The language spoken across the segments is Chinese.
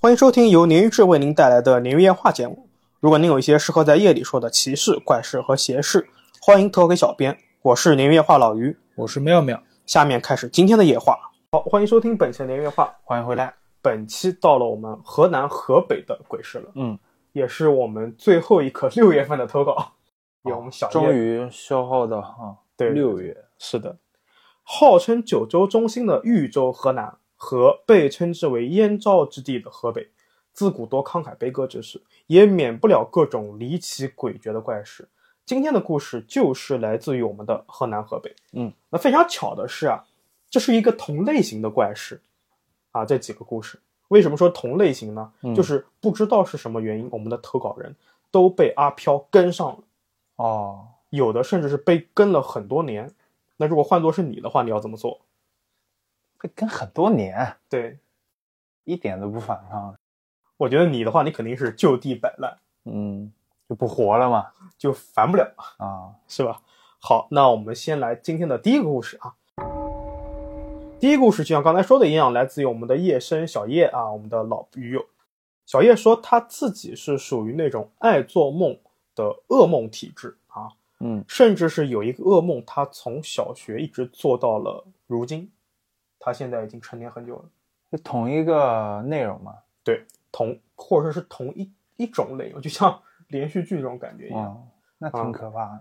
欢迎收听由鲶鱼志为您带来的鲶鱼夜话节目。如果您有一些适合在夜里说的奇事、怪事和邪事，欢迎投稿给小编。我是鲶鱼夜话老于，我是妙妙，下面开始今天的夜话。好，欢迎收听本期的鲶鱼夜话。欢迎回来。本期到了我们河南、河北的鬼市了，嗯，也是我们最后一颗六月份的投稿，也我们小啊终叶于消耗到啊，对六月，是的，号称九州中心的豫州河南和被称之为燕赵之地的河北，自古多慷慨悲歌之事，也免不了各种离奇诡谲的怪事。今天的故事就是来自于我们的河南河北。嗯，那非常巧的是啊，这是一个同类型的怪事啊，这几个故事。为什么说同类型呢？嗯就是不知道是什么原因，我们的投稿人都被阿飘跟上了。哦，有的甚至是被跟了很多年。那如果换作是你的话，你要怎么做？被跟很多年，对一点都不反抗，我觉得你的话，你肯定是就地摆烂，嗯，就不活了嘛，就烦不了，啊，是吧？好，那我们先来今天的第一个故事啊。第一个故事就像刚才说的一样，来自于我们的夜深小叶啊，我们的老鱼友。小叶说他自己是属于那种爱做梦的噩梦体质啊，嗯，甚至是有一个噩梦，他从小学一直做到了如今，他现在已经成年很久了。就同一个内容嘛，对，同或者说是同一一种类型，就像 连续剧这种感觉一样。嗯，那挺可怕的，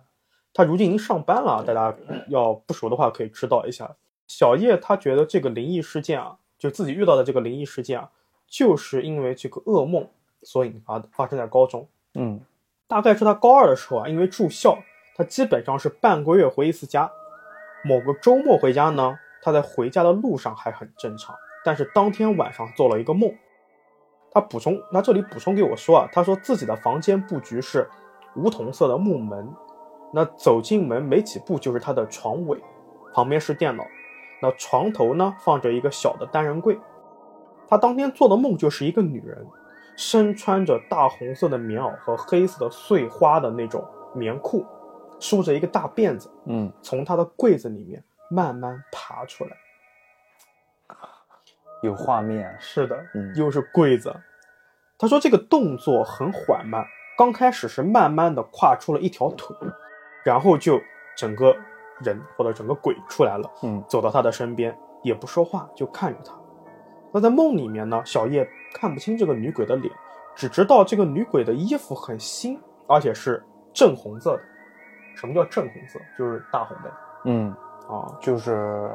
他如今已经上班了，大家要不熟的话可以知道一下。小叶他觉得这个灵异事件啊，就自己遇到的这个灵异事件啊，就是因为这个噩梦所引发的，发生在高中。嗯，大概是他高二的时候啊，因为住校，他基本上是半个月回一次家。某个周末回家呢，他在回家的路上还很正常，但是当天晚上做了一个梦。他补充，他这里补充给我说啊，他说自己的房间布局是梧桐色的木门，那走进门没几步就是他的床尾，旁边是电脑，那床头呢放着一个小的单人柜。他当天做的梦就是一个女人，身穿着大红色的棉袄和黑色的碎花的那种棉裤，梳着一个大辫子，嗯，从他的柜子里面慢慢爬出来。有画面，是的，嗯又是柜子。他说这个动作很缓慢，刚开始是慢慢的跨出了一条腿，然后就整个人或者整个鬼出来了，嗯走到他的身边，也不说话，就看着他。那在梦里面呢，小叶看不清这个女鬼的脸，只知道这个女鬼的衣服很新，而且是正红色的。什么叫正红色？就是大红呗。嗯，啊，就是，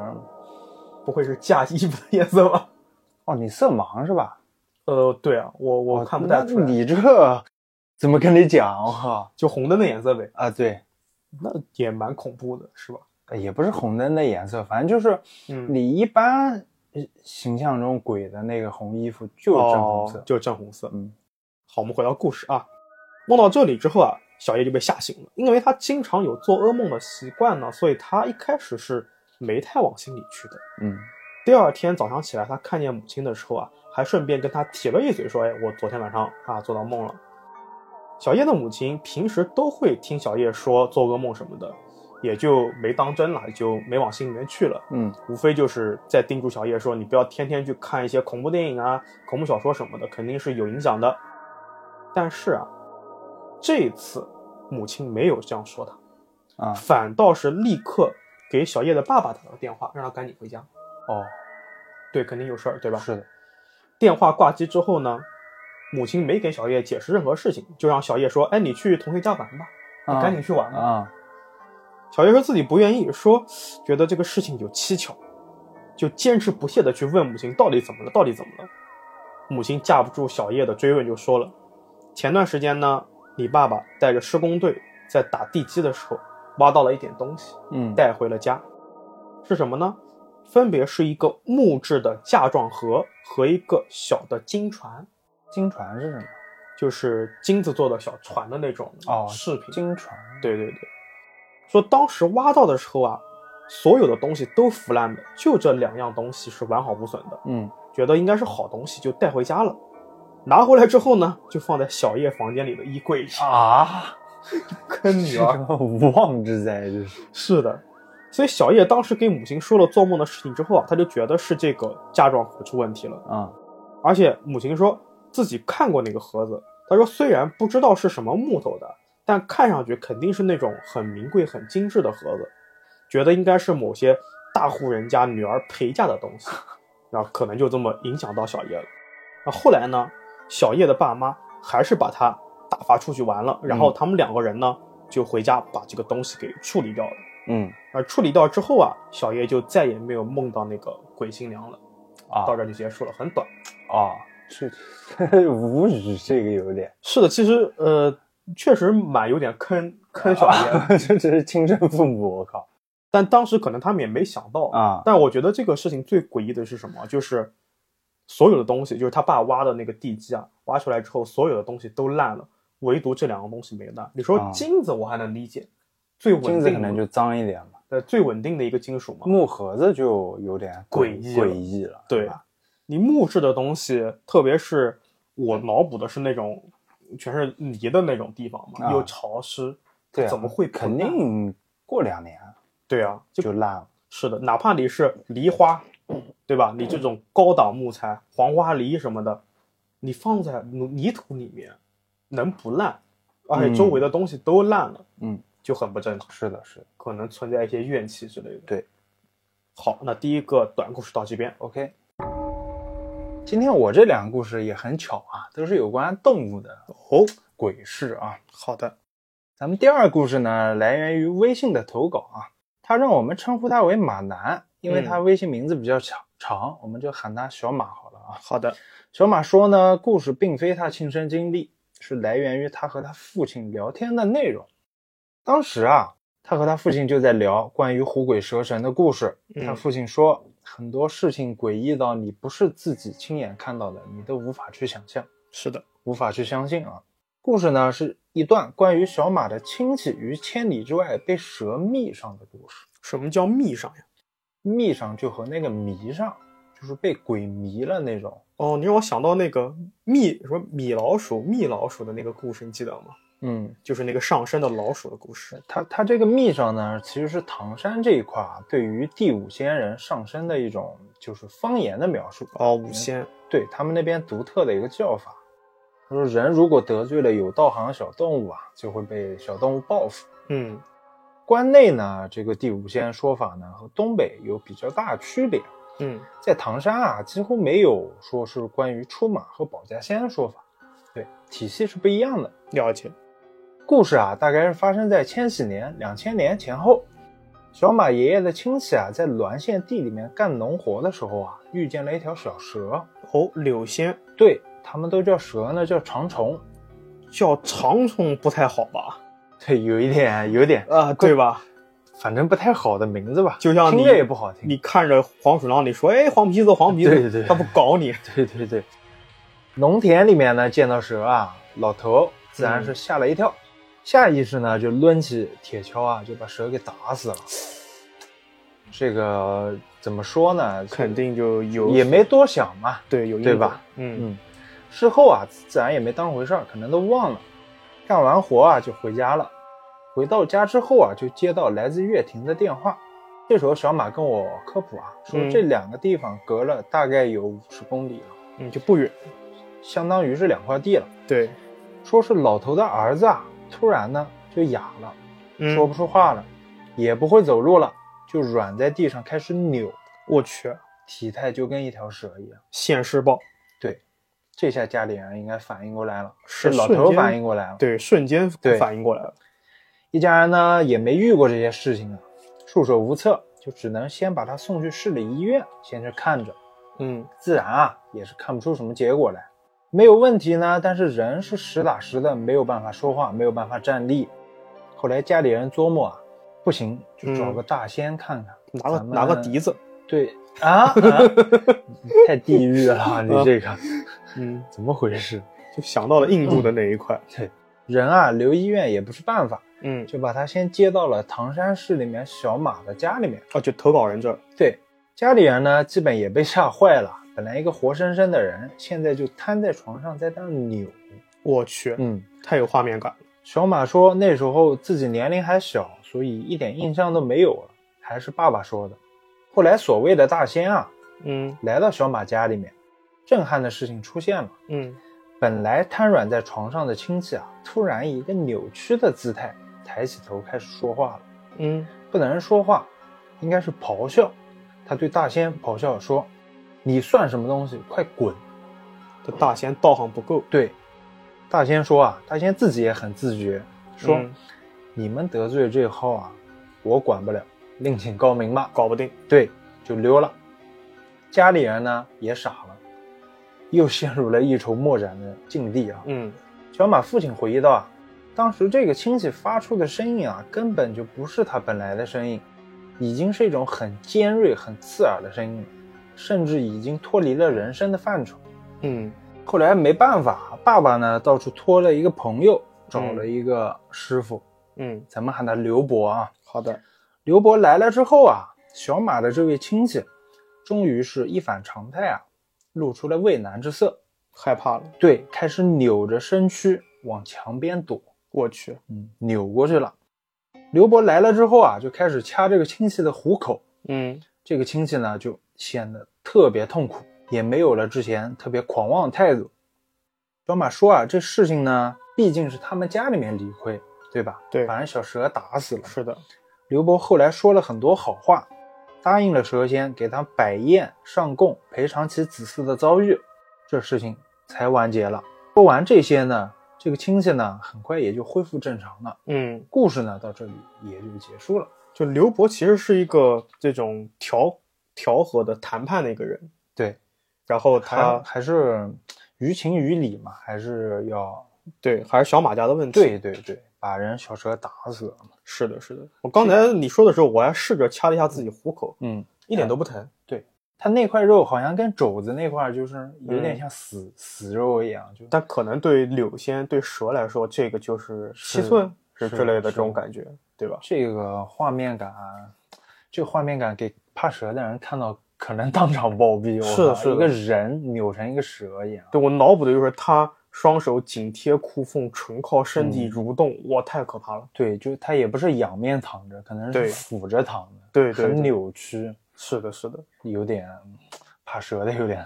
不会是嫁衣服的颜色吧？ 哦，你色盲是吧？呃，对啊，我我哦看不太那出来，你这 怎么跟你讲？我靠，就红灯的颜色呗。啊，对，那也蛮恐怖的，是吧？也不是红灯的颜色，反正就是嗯你一般呃形象中鬼的那个红衣服就是正红色哦，就是正红色。嗯，好，我们回到故事啊。梦到这里之后啊，小叶就被吓醒了，因为他经常有做噩梦的习惯呢，所以他一开始是没太往心里去的。嗯第二天早上起来，他看见母亲的时候啊，还顺便跟他提了一嘴，说：“哎，我昨天晚上啊做到梦了。”小叶的母亲平时都会听小叶说做噩梦什么的，也就没当真了，也就没往心里面去了。嗯无非就是在叮嘱小叶说，你不要天天去看一些恐怖电影啊、恐怖小说什么的，肯定是有影响的。但是啊，这一次母亲没有这样说他，啊反倒是立刻给小叶的爸爸打了个电话，让他赶紧回家。哦，对，肯定有事儿，对吧？是的，电话挂机之后呢，母亲没给小叶解释任何事情，就让小叶说：“哎，你去同学家玩吧，你啊赶紧去玩吧。啊小叶说自己不愿意，说觉得这个事情有蹊跷，就坚持不懈地去问母亲到底怎么了，到底怎么了。母亲架不住小叶的追问，就说了：前段时间呢，你爸爸带着施工队在打地基的时候，挖到了一点东西，嗯带回了家，是什么呢？分别是一个木质的架状盒和一个小的金船，金船是什么？就是金子做的小船的那种哦饰品。金船对对对，说当时挖到的时候啊，所有的东西都腐烂的，就这两样东西是完好无损的，嗯觉得应该是好东西，就带回家了。拿回来之后呢，就放在小叶房间里的衣柜里，啊，跟啊这什。 么无妄之灾这是？ 是的，所以小叶当时给母亲说了做梦的事情之后啊，他就觉得是这个嫁妆盒出问题了，啊而且母亲说自己看过那个盒子，他说虽然不知道是什么木头的，但看上去肯定是那种很名贵、很精致的盒子，觉得应该是某些大户人家女儿陪嫁的东西，然后可能就这么影响到小叶了。那后来呢，小叶的爸妈还是把他打发出去玩了，然后他们两个人呢就回家把这个东西给处理掉了。嗯而处理掉之后啊，小叶就再也没有梦到那个鬼新娘了。啊到这儿就结束了，很短。啊，是 无语，这个有点是的，其实呃，确实蛮有点坑坑小叶，啊， 这只是亲生父母，我靠但当时可能他们也没想到。啊但我觉得这个事情最诡异的是什么？就是所有的东西，就是他爸挖的那个地基啊，挖出来之后，所有的东西都烂了，唯独这两个东西没烂。你说啊金子我还能理解，最稳金定子的可能就脏一点嘛，呃最稳定的一个金属嘛。木盒子就有点诡异了诡异了，对吧？你木质的东西，特别是我脑补的是那种全是泥的那种地方嘛，啊又潮湿，对啊，怎么会不肯烂定过两年对啊，就就烂了是的，哪怕你是梨花，对吧？你这种高档木材，黄花梨什么的，你放在泥泥土里面，能不烂？而且周围的东西都烂了，嗯，就很不正常，是的，是的可能存在一些怨气之类的。对，好，那第一个短故事到这边， ，OK。今天我这两个故事也很巧啊，都是有关动物的哦鬼事啊。好的，咱们第二故事呢，来源于微信的投稿啊，他让我们称呼他为马男，嗯因为他微信名字比较长，长我们就喊他小马好了啊。好的，小马说呢，故事并非他亲身经历，是来源于他和他父亲聊天的内容。当时啊，他和他父亲就在聊关于狐鬼蛇神的故事。嗯他父亲说，很多事情诡异到你不是自己亲眼看到的，你都无法去想象。是的，无法去相信啊。故事呢是一段关于小马的亲戚于千里之外被蛇迷上的故事。什么叫密上呀？迷上就和那个迷上，就是被鬼迷了那种。哦，你让我想到那个密什么米老鼠、密老鼠的那个故事，你记得吗？嗯，就是那个上身的老鼠的故事。他他这个密上呢，其实是唐山这一块啊，对于第五仙人上身的一种就是方言的描述，哦，五仙，对他们那边独特的一个叫法。他说，人如果得罪了有道行小动物啊，就会被小动物报复。嗯，关内呢，这个第五仙说法呢和东北有比较大的区别。嗯，在唐山啊，几乎没有说是关于出马和保家仙的说法，对，体系是不一样的。了解。故事啊，大概是发生在千禧年、两千年前后。小马爷爷的亲戚啊，在滦县地里面干农活的时候啊，遇见了一条小蛇。哦，柳仙对他们都叫蛇呢，叫长虫。叫长虫不太好吧？对，有一点，有一点，啊，对吧？反正不太好的名字吧，就像你听着也不好听。你 看着黄鼠狼，你说哎，黄皮子，黄皮子，对对对他不搞你。对对对，农田里面呢见到蛇啊，老头自然嗯是吓了一跳，下意识呢就抡起铁锹啊，就把蛇给打死了。这个怎么说呢？肯定就有也没多想嘛。对有因对果吧？嗯，嗯，事后啊自然也没当回事儿，可能都忘了。干完活啊就回家了。回到家之后啊，就接到来自乐亭的电话。这时候小马跟我科普啊，说嗯这两个地方隔了大概有五十公里啊。嗯，就不远。相当于是两块地了。对，说是老头的儿子啊，突然呢就哑了，嗯说不出话了，也不会走路了，就软在地上开始扭，我去，体态就跟一条蛇一样。现世报，这下家里人应该反应过来了，是老瞬头间反应过来了。，对，瞬间对反应过来了。一家人呢也没遇过这些事情啊，束手无策，就只能先把他送去市里医院，先去看着。嗯，自然啊也是看不出什么结果来。没有问题呢，但是人是实打实的，没有办法说话，没有办法站立。后来家里人琢磨啊，不行，就找个大仙看看，嗯拿个咱们拿个笛子，对啊， 啊太地狱了，啊你这个嗯，怎么回事？就想到了印度的那一块。人啊，留医院也不是办法，嗯，就把他先接到了唐山市里面小马的家里面。啊，就投稿人这儿。对，家里人呢，基本也被吓坏了。 本来一个活生生的人，现在就瘫在床上在那儿扭。我去，嗯，太有画面感了。小马说那时候自己年龄还小，所以一点印象都没有了，还是爸爸说的。后来所谓的大仙啊，嗯来到小马家里面，震撼的事情出现了。嗯，本来瘫软在床上的亲戚啊，突然以一个扭曲的姿态抬起头开始说话了。嗯，不能说话，应该是咆哮。他对大仙咆哮说：“你算什么东西？快滚这大仙道行不够！”，对，大仙说啊，大仙自己也很自觉，说：“嗯你们得罪这号啊，我管不了，另请高明吧。”搞不定。对，就溜了。家里人呢也傻了，又陷入了一筹莫展的境地啊。嗯，小马父亲回忆到啊，当时这个亲戚发出的声音啊，根本就不是他本来的声音，已经是一种很尖锐、很刺耳的声音了，甚至已经脱离了人声的范畴。嗯，后来没办法，爸爸呢到处托了一个朋友，找了一个师傅，嗯，咱们喊他刘伯啊。好的。刘伯来了之后啊，小马的这位亲戚，终于是一反常态啊，露出了畏难之色，害怕了，对，开始扭着身躯往墙边躲。我去，嗯，扭过去了。刘伯来了之后啊，就开始掐这个亲戚的虎口，嗯这个亲戚呢就显得特别痛苦，也没有了之前特别狂妄的态度。小马说啊，这事情呢毕竟是他们家里面理亏，对吧？对把人小蛇打死了。是的，刘伯后来说了很多好话，答应了蛇仙给他摆宴上供，赔偿其子嗣的遭遇，这事情才完结了。说完这些呢，这个亲戚呢很快也就恢复正常了。嗯，故事呢到这里也就结束了。就刘伯其实是一个这种调调和的谈判的一个人，对，然后还他还是于情于理嘛，还是要对还是小马家的问题，，对对对，把人小蛇打死了嘛。是的，是的。我刚才你说的时候，我还试着掐了一下自己虎口，哎嗯，一点都不疼，他那块肉好像跟肘子那块儿就是有点嗯像死、死肉一样，就但可能对柳仙对蛇来说，这个就是是七寸是是之类的这是种感觉，对吧？这个画面感，这个画面感给怕蛇的人看到可能当场暴毙。我是的靠是的一个人扭成一个蛇一样。对我脑补的就是他双手紧贴裤缝，唇靠身体蠕动，哇，太可怕了。对，就他也不是仰面躺着，可能对是俯着躺着，对对很对扭曲。是的，是的，有点怕蛇的，有点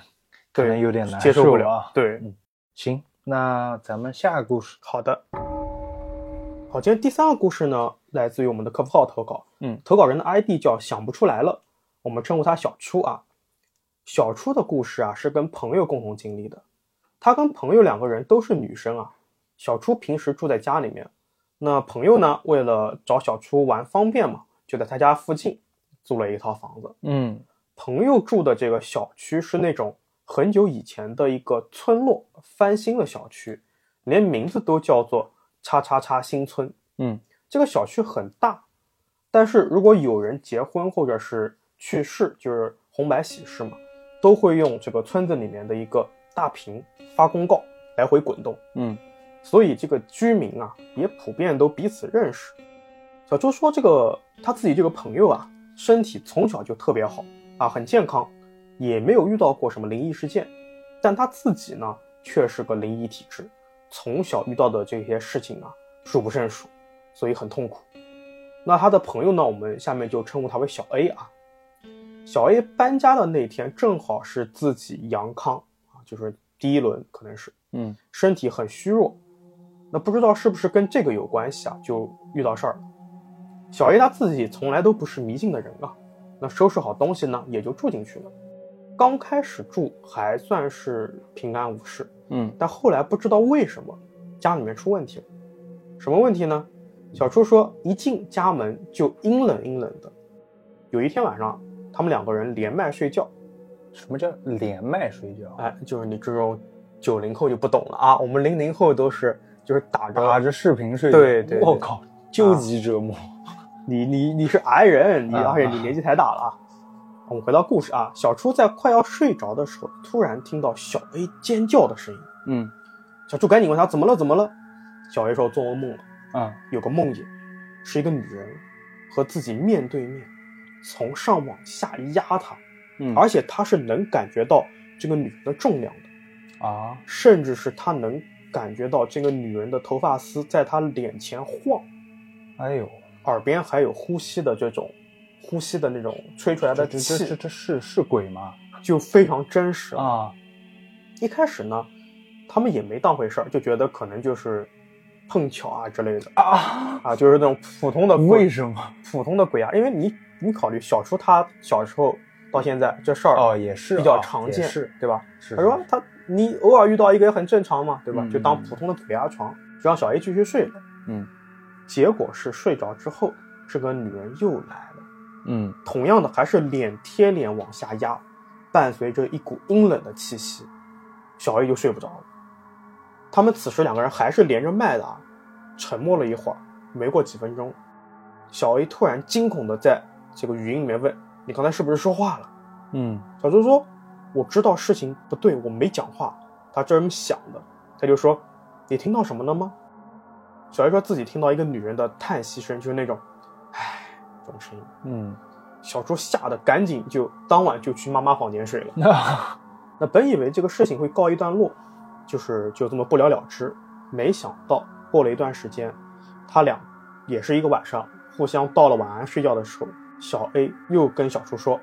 可对能有点难接受不受了啊。。对，行，那咱们下个故事，好的。好，今天第三个故事呢，来自于我们的客服号投稿。嗯，投稿人的 ID 叫想不出来了，我们称呼他小初啊。小初的故事啊，是跟朋友共同经历的。他跟朋友两个人都是女生啊。小初平时住在家里面，那朋友呢，为了找小初玩方便嘛，就在他家附近租了一套房子。嗯朋友住的这个小区是那种很久以前的一个村落翻新的小区，连名字都叫做“叉叉叉新村嗯”。这个小区很大，但是如果有人结婚或者是去世，就是红白喜事嘛，都会用这个村子里面的一个大屏发公告来回滚动。嗯所以这个居民啊也普遍都彼此认识。小周说，这个他自己这个朋友啊，身体从小就特别好啊，很健康，也没有遇到过什么灵异事件，但他自己呢却是个灵异体质，从小遇到的这些事情啊数不胜数，所以很痛苦。那他的朋友呢，我们下面就称呼他为小 A 啊。小 A 搬家的那天正好是自己阳康啊，就是第一轮可能是，嗯身体很虚弱。那不知道是不是跟这个有关系啊？就遇到事儿了。小 A 他自己从来都不是迷信的人啊，那收拾好东西呢，也就住进去了。刚开始住还算是平安无事，嗯但后来不知道为什么家里面出问题了。什么问题呢？小初说，一进家门就阴冷阴冷的。有一天晚上，他们两个人连麦睡觉，什么叫连麦睡觉？哎，就是你这种九零后就不懂了啊，我们零零后都是就是打着打着视频睡觉？对对对啊我靠，究极折磨。你你你是癌人，你啊而且你年纪太大了啊。我们回到故事啊，小初在快要睡着的时候，突然听到小 A 尖叫的声音，嗯小初赶紧问他怎么了怎么了。小 A 说做噩梦了，啊有个梦魇，是一个女人和自己面对面，从上往下压他，嗯而且他是能感觉到这个女人的重量的，啊甚至是他能感觉到这个女人的头发丝在他脸前晃。哎呦，耳边还有呼吸的这种呼吸的那种吹出来这的这这这气，这是是鬼吗？就非常真实。啊一开始呢，他们也没当回事儿，就觉得可能就是碰巧啊之类的啊，啊，就是那种普通的鬼为什么？普通的鬼啊，因为你你考虑小叔他小时候到现在这事儿哦，也是比较啊常也见，是对吧？是。他说他你偶尔遇到一个也很正常嘛，对吧？嗯就当普通的鬼压床，就让小 A 继续睡。嗯，结果是睡着之后，这个女人又来了，嗯同样的还是脸贴脸往下压，伴随着一股阴冷的气息，小 A 就睡不着了。他们此时两个人还是连着麦的啊，沉默了一会儿，没过几分钟，小 A 突然惊恐的在这个语音里面问：“你刚才是不是说话了？”嗯小周说：“我知道事情不对，我没讲话。”他这么想的，他就说：“你听到什么了吗？”小 A 说自己听到一个女人的叹息声，就是那种“唉”这种声音。嗯，小周吓得赶紧就当晚就去妈妈房间睡了。那那本以为这个事情会告一段落，就是就这么不了了之，没想到过了一段时间，他俩也是一个晚上互相道了晚安，睡觉的时候，小 A 又跟小叔说，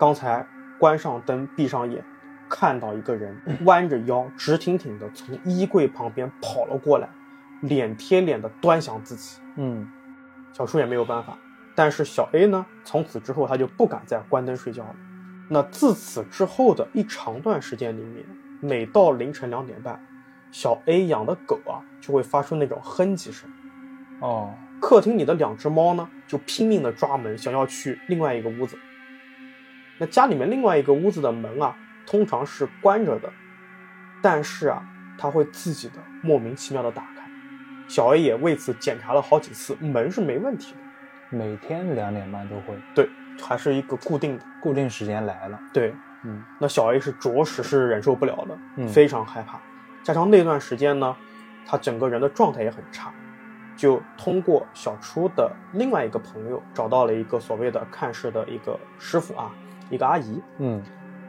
刚才关上灯，闭上眼，看到一个人弯着腰，直挺挺的从衣柜旁边跑了过来，脸贴脸的端详自己。嗯小叔也没有办法。但是小 A 呢，从此之后他就不敢再关灯睡觉了。那自此之后的一长段时间里面，每到凌晨两点半，小 A 养的狗啊就会发出那种哼唧声，哦客厅里的两只猫呢就拼命的抓门，想要去另外一个屋子。那家里面另外一个屋子的门啊，通常是关着的，但是啊，它会自己的莫名其妙的打开。小 A 也为此检查了好几次，门是没问题的。每天两点半都会对，还是一个固定的。固定时间来了。对，嗯那小 A 是着实是忍受不了的，嗯非常害怕。加上那段时间呢，他整个人的状态也很差，就通过小初的另外一个朋友找到了一个所谓的看事的一个师傅啊，一个阿姨。嗯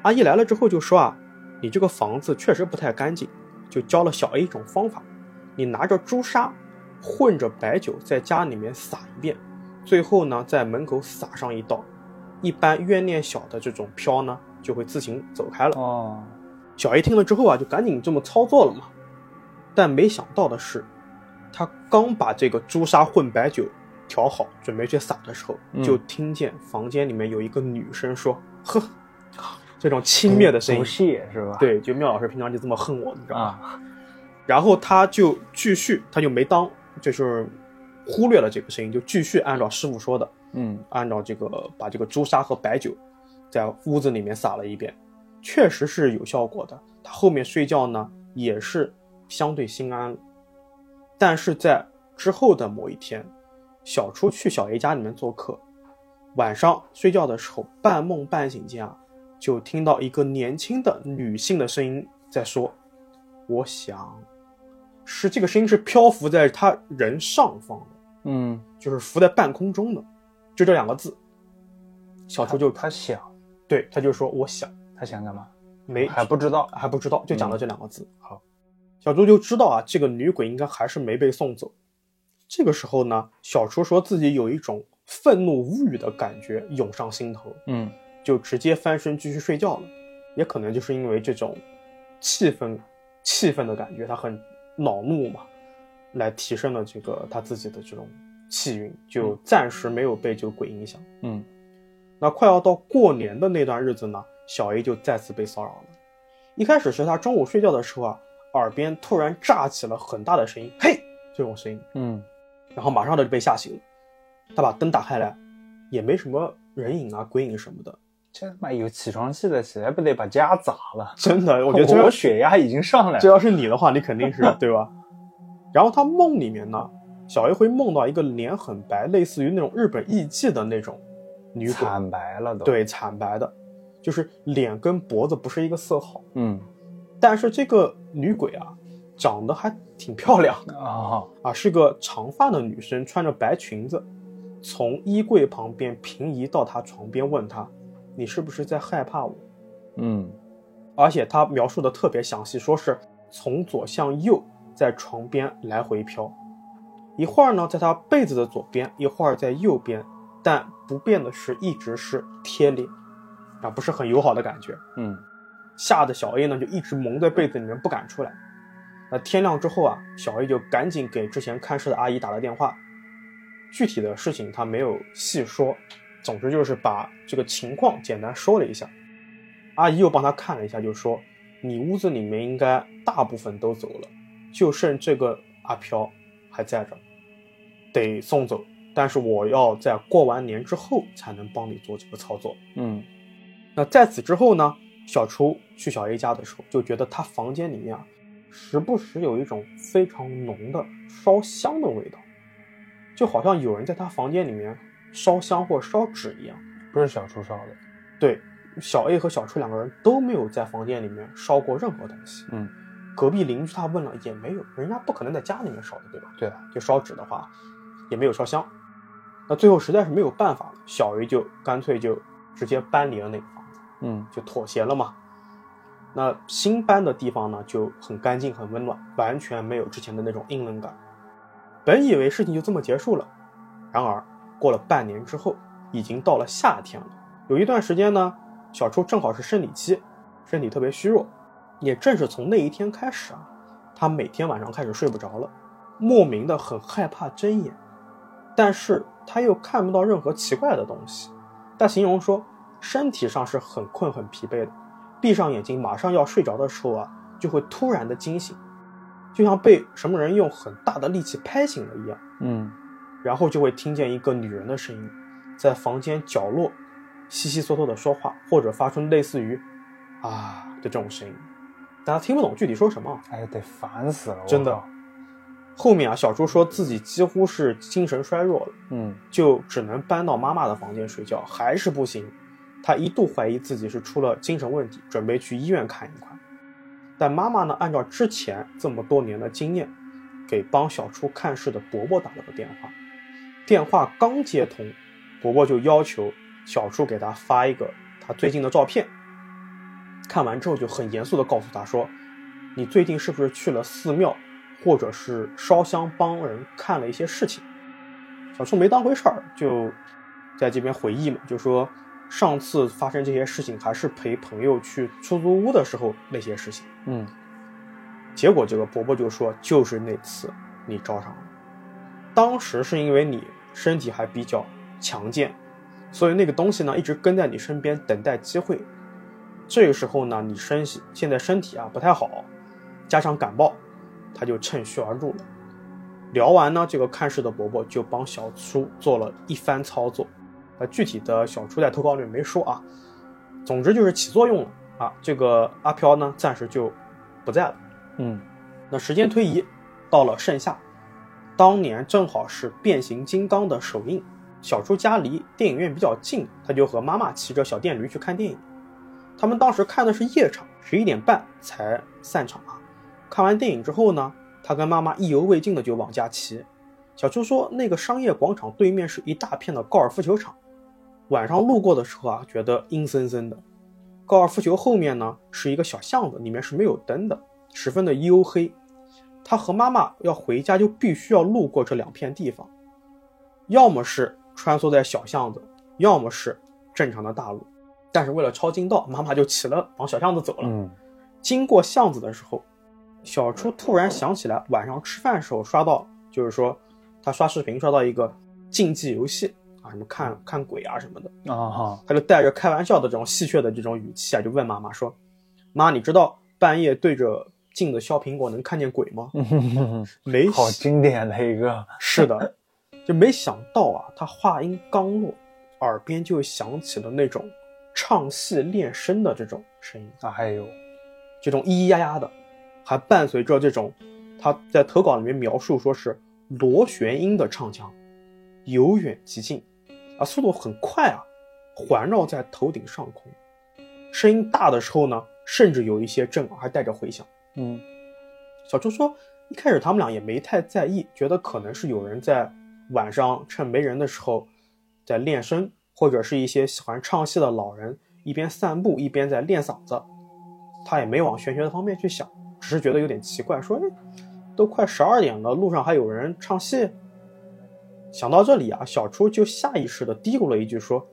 阿姨来了之后就说啊，你这个房子确实不太干净，就教了小 A 一种方法，你拿着朱砂混着白酒在家里面撒一遍，最后呢在门口撒上一道，一般怨念小的这种飘呢就会自行走开了。哦小 A 听了之后啊，就赶紧这么操作了嘛，但没想到的是，他刚把这个朱砂混白酒调好，准备去撒的时候，嗯就听见房间里面有一个女生说：“呵。”这种轻蔑的声音不，屑是吧？对，就妙老师平常就这么恨我，你知道吗？啊，然后他就继续，他就没当，就是忽略了这个声音，就继续按照师傅说的，嗯按照这个把这个朱砂和白酒在屋子里面撒了一遍，确实是有效果的。他后面睡觉呢也是相对心安了。但是在之后的某一天，小初去小 A 家里面做客，晚上睡觉的时候半梦半醒间啊，就听到一个年轻的女性的声音在说：“我想，是这个声音是漂浮在他人上方的。”嗯，就是浮在半空中的，就这两个字。小他初就他想对他就说我想他想干嘛？没还不知道。嗯还不知道，就讲了这两个字。好，小猪就知道啊，这个女鬼应该还是没被送走。这个时候呢，小猪说自己有一种愤怒无语的感觉涌上心头，嗯就直接翻身继续睡觉了。也可能就是因为这种气氛气愤的感觉，他很恼怒嘛，来提升了这个他自己的这种气运，就暂时没有被这个鬼影响。嗯那快要到过年的那段日子呢，小 A 就再次被骚扰了。一开始是他中午睡觉的时候啊，耳边突然炸起了很大的声音，嘿，这种声音，嗯然后马上他就被吓醒了。他把灯打开来，也没什么人影啊、鬼影什么的。这他妈有起床气的，起来不得把家砸了？真的，我我觉得这哦我血压已经上来 这了。要是你的话，你肯定是对吧？然后他梦里面呢，小 A 会梦到一个脸很白，类似于那种日本艺妓的那种女鬼，惨白了都。，对，惨白的，就是脸跟脖子不是一个色号。嗯但是这个女鬼啊，长得还挺漂亮的啊，啊，是个长发的女生，穿着白裙子，从衣柜旁边平移到她床边，问她：“你是不是在害怕我嗯？”而且她描述的特别详细，说是从左向右在床边来回飘，一会儿呢在她被子的左边，一会儿在右边，但不变的是一直是贴脸，啊，不是很友好的感觉。嗯吓得小 A 呢就一直蒙在被子里面不敢出来。那天亮之后啊，小 A 就赶紧给之前看事的阿姨打了电话，具体的事情他没有细说，总之就是把这个情况简单说了一下。阿姨又帮他看了一下，就说：“你屋子里面应该大部分都走了，就剩这个阿飘还在这儿，得送走。但是我要在过完年之后才能帮你做这个操作。”嗯那在此之后呢，小厨去小 A 家的时候，就觉得他房间里面啊，时不时有一种非常浓的烧香的味道，就好像有人在他房间里面烧香或烧纸一样。不是小厨烧的，对，小 A 和小厨两个人都没有在房间里面烧过任何东西。嗯，隔壁邻居他问了也没有，人家不可能在家里面烧的，对吧？对啊，就烧纸的话，也没有烧香。那最后实在是没有办法了，小 A 就干脆就直接搬离了那个房子。嗯就妥协了嘛。那新搬的地方呢，就很干净、很温暖，完全没有之前的那种阴冷感。本以为事情就这么结束了，然而过了半年之后，已经到了夏天了。有一段时间呢，小周正好是生理期，身体特别虚弱。也正是从那一天开始啊，他每天晚上开始睡不着了，莫名的很害怕睁眼，但是他又看不到任何奇怪的东西。他形容说，身体上是很困很疲惫的，闭上眼睛马上要睡着的时候啊，就会突然的惊醒，就像被什么人用很大的力气拍醒了一样，嗯然后就会听见一个女人的声音，在房间角落悉悉嗦嗦的说话，或者发出类似于“啊”的这种声音，大家听不懂具体说什么啊。哎，得烦死了，我真的靠后面啊，小猪说自己几乎是精神衰弱了。嗯就只能搬到妈妈的房间睡觉，还是不行。他一度怀疑自己是出了精神问题，准备去医院看一看。但妈妈呢，按照之前这么多年的经验，给帮小初看事的伯伯打了个电话。电话刚接通，伯伯就要求小初给他发一个他最近的照片。看完之后就很严肃地告诉他说：“你最近是不是去了寺庙，或者是烧香帮人看了一些事情？”小树没当回事儿，就在这边回忆嘛，就说上次发生这些事情还是陪朋友去出租屋的时候那些事情。嗯，结果这个伯伯就说，就是那次你招上了，当时是因为你身体还比较强健，所以那个东西呢一直跟在你身边，等待机会。这个时候呢，你身体现在身体啊不太好，加上感冒，他就趁虚而入了。聊完呢，这个看事的伯伯就帮小初做了一番操作，呃，具体的小初在投稿里没说啊，总之就是起作用了啊。这个阿飘呢，暂时就不在了。嗯那时间推移到了盛夏，当年正好是《变形金刚》的首映，小猪家离电影院比较近，他就和妈妈骑着小电驴去看电影。他们当时看的是夜场，十一点半才散场啊。看完电影之后呢，他跟妈妈意犹未尽的就往家骑。小猪说，那个商业广场对面是一大片的高尔夫球场，晚上路过的时候啊，觉得阴森森的。高尔夫球后面呢是一个小巷子，里面是没有灯的，十分的黝黑。他和妈妈要回家就必须要路过这两片地方，要么是穿梭在小巷子，要么是正常的大路。但是为了抄近道，妈妈就骑了往小巷子走了。嗯经过巷子的时候，小初突然想起来，晚上吃饭时候刷到，就是说他刷视频刷到一个竞技游戏啊，什么看看鬼啊什么的，啊哈，他就带着开玩笑的这种戏谑的这种语气啊，就问妈妈说：“妈，你知道半夜对着镜子削苹果能看见鬼吗嗯哼哼哼？”没好经典的一个，是的，就没想到啊，他话音刚落，耳边就响起了那种唱戏练声的这种声音。哎呦，这种咿咿呀呀的，还伴随着这种他在投稿里面描述说是螺旋音的唱腔，由远及近，啊，速度很快啊，环绕在头顶上空，声音大的时候呢，甚至有一些震耳，还带着回响。嗯小周说，一开始他们俩也没太在意，觉得可能是有人在晚上趁没人的时候在练声，或者是一些喜欢唱戏的老人一边散步一边在练嗓子。他也没往玄学的方面去想，只是觉得有点奇怪，说：“哎，都快十二点了，路上还有人唱戏。”想到这里啊，小初就下意识的嘀咕了一句说：“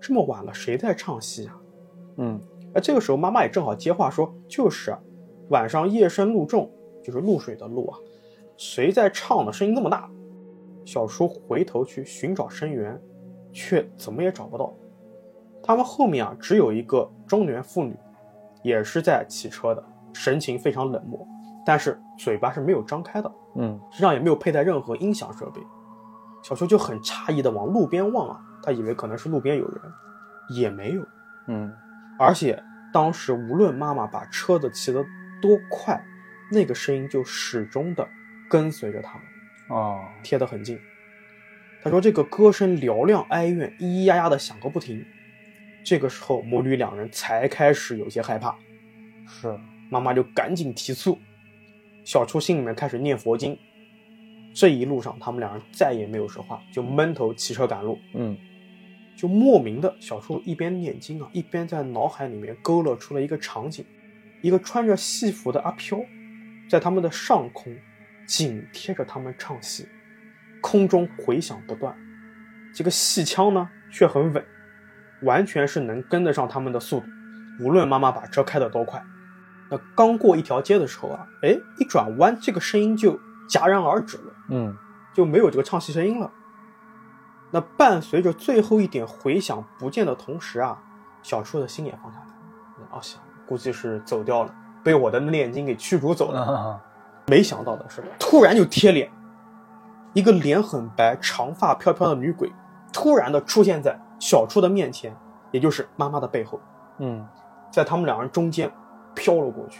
这么晚了，谁在唱戏啊？”嗯而这个时候，妈妈也正好接话说：“就是啊，晚上夜深路重，就是露水的露啊。谁在唱呢？声音那么大。小叔回头去寻找声源，却怎么也找不到。他们后面啊，只有一个中年妇女，也是在骑车的，神情非常冷漠，但是嘴巴是没有张开的，嗯身上也没有佩戴任何音响设备。小秋就很诧异的往路边望啊，他以为可能是路边有人，也没有。嗯而且当时无论妈妈把车子骑得多快，那个声音就始终的跟随着他们，哦，贴得很近。他说这个歌声嘹亮哀怨，咿咿呀呀的响个不停。这个时候，母女两人才开始有些害怕，是，妈妈就赶紧提速。小初心里面开始念佛经。这一路上，他们两人再也没有说话，就闷头骑车赶路。嗯就莫名的，小树一边念经啊，一边在脑海里面勾勒出了一个场景：一个穿着戏服的阿飘，在他们的上空，紧贴着他们唱戏，空中回响不断。这个戏腔呢，却很稳，完全是能跟得上他们的速度。无论妈妈把车开得多快，那刚过一条街的时候啊，哎，一转弯，这个声音就戛然而止了。 嗯就没有这个唱戏声音了。那伴随着最后一点回响不见的同时啊，小初的心也放下来了。嗯啊，想估计是走掉了，被我的念经给驱逐走了。啊没想到的是，突然就贴脸，一个脸很白、长发飘飘的女鬼，突然的出现在小初的面前，也就是妈妈的背后，嗯在他们两人中间飘了过去。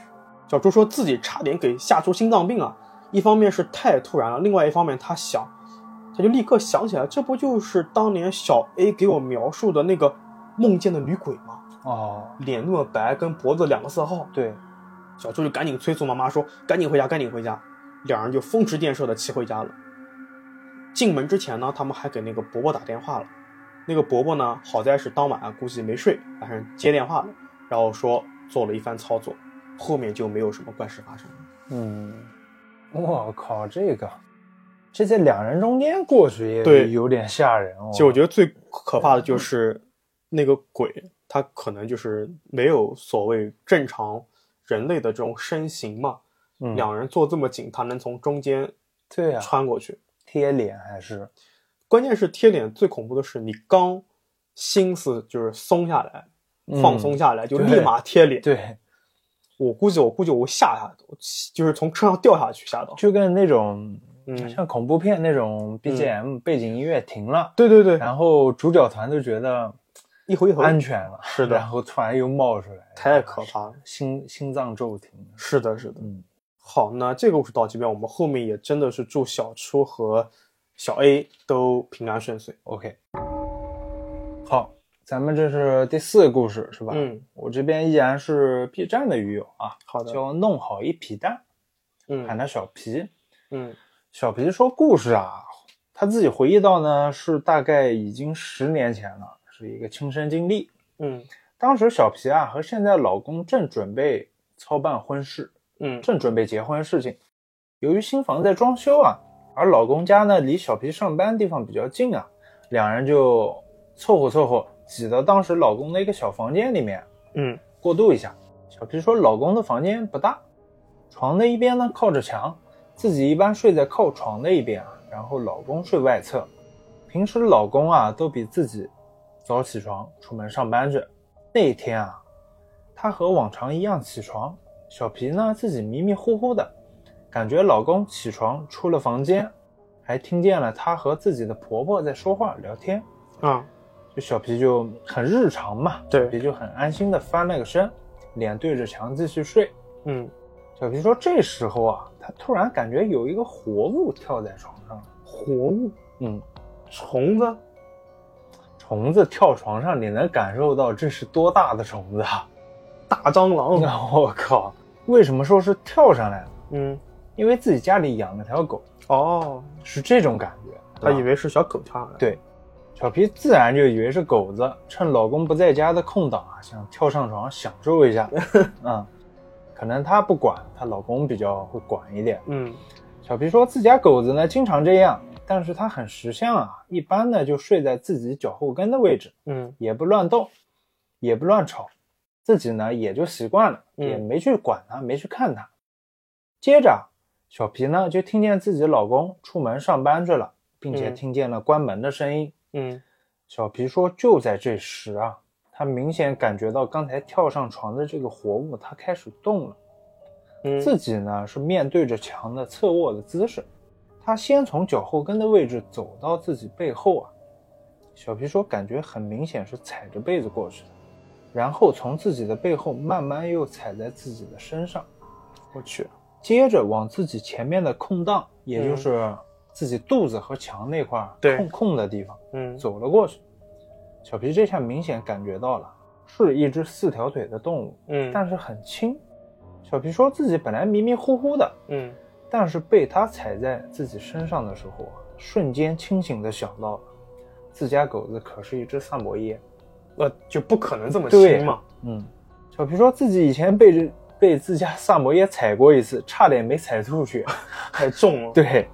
小朱说自己差点给吓出心脏病啊，一方面是太突然了，啊另外一方面他想，他就立刻想起来，这不就是当年小 A 给我描述的那个梦见的女鬼吗？哦，脸那么白，跟脖子两个色号。对，小朱就赶紧催促妈妈说：“赶紧回家，赶紧回家！”两人就风驰电掣的骑回家了。进门之前呢，他们还给那个伯伯打电话了。那个伯伯呢，好在是当晚啊，估计没睡，晚上接电话了，然后说做了一番操作，后面就没有什么怪事发生了。嗯，我靠，这个这在两人中间过去也对有点吓人哦。其实我觉得最可怕的就是那个鬼，他可能就是没有所谓正常人类的这种身形嘛，嗯两人坐这么紧，他能从中间对啊，穿过去。贴脸还是关键是贴脸最恐怖的是，你刚心思就是松下来、放松下来，就对立马贴脸。对，我估计，我估计我吓下，就是从车上掉下去吓到。就跟那种嗯，像恐怖片那种 BGM 背景音乐停了，对对对，然后主角团就觉得一回头，安全了，是的然后突然又冒出来，太可怕了。心心脏骤停。是的，是的。嗯好，那这个故事到这边，我们后面也真的是祝小初和小 A 都平安顺遂。 ，OK，好，咱们这是第四个故事是吧？，嗯，我这边依然是 B 站的鱼友啊，好的。叫弄好一皮蛋，喊嗯他小皮。嗯小皮说故事啊，他自己回忆到呢，是大概已经十年前了，是一个亲身经历。嗯当时小皮啊和现在老公正准备操办婚事，嗯正准备结婚事情。由于新房在装修啊，而老公家呢离小皮上班地方比较近啊，两人就凑合凑合挤到当时老公的一个小房间里面嗯过渡一下。小皮说老公的房间不大，床的一边呢靠着墙，自己一般睡在靠床的一边啊，然后老公睡外侧。平时老公啊都比自己早起床出门上班去。那一天啊，她和往常一样起床，小皮呢自己迷迷糊糊的，感觉老公起床出了房间，还听见了她和自己的婆婆在说话聊天。啊，就小皮就很日常嘛，对小皮就很安心的翻了个身，脸对着墙继续睡。嗯，小皮说，这时候啊，他突然感觉有一个活物跳在床上了，活物、嗯，虫子，虫子跳床上，你能感受到这是多大的虫子啊！ 大蟑螂。我靠，为什么说是跳上来呢？嗯，因为自己家里养了条狗，哦，是这种感觉。他对吧以为是小狗跳上来。对小皮自然就以为是狗子，趁老公不在家的空档啊，想跳上床享受一下。 嗯，可能她不管，她老公比较会管一点。嗯小皮说自家狗子呢经常这样，但是它很识相啊，一般呢就睡在自己脚后跟的位置，嗯也不乱动，也不乱吵，自己呢也就习惯了，嗯也没去管它，没去看它。接着啊小皮呢就听见自己老公出门上班去了，并且嗯听见了关门的声音。嗯小皮说，就在这时啊，他明显感觉到刚才跳上床的这个活物，它开始动了。嗯自己呢是面对着墙的侧卧的姿势，他先从脚后跟的位置走到自己背后啊。小皮说，感觉很明显是踩着被子啊过去的，然后从自己的背后慢慢又踩在自己的身上，我去，接着往自己前面的空档，也就是自己肚子和墙那块儿对空空的地方嗯走了过去。小皮这下明显感觉到了，是一只四条腿的动物，嗯但是很轻。小皮说自己本来迷迷糊糊的，嗯但是被它踩在自己身上的时候啊，瞬间清醒的想到了，自家狗子可是一只萨摩耶。呃就不可能这么对轻嘛，嗯，小皮说自己以前被这被自家萨摩耶踩过一次，差点没踩吐血。太重了。， 对，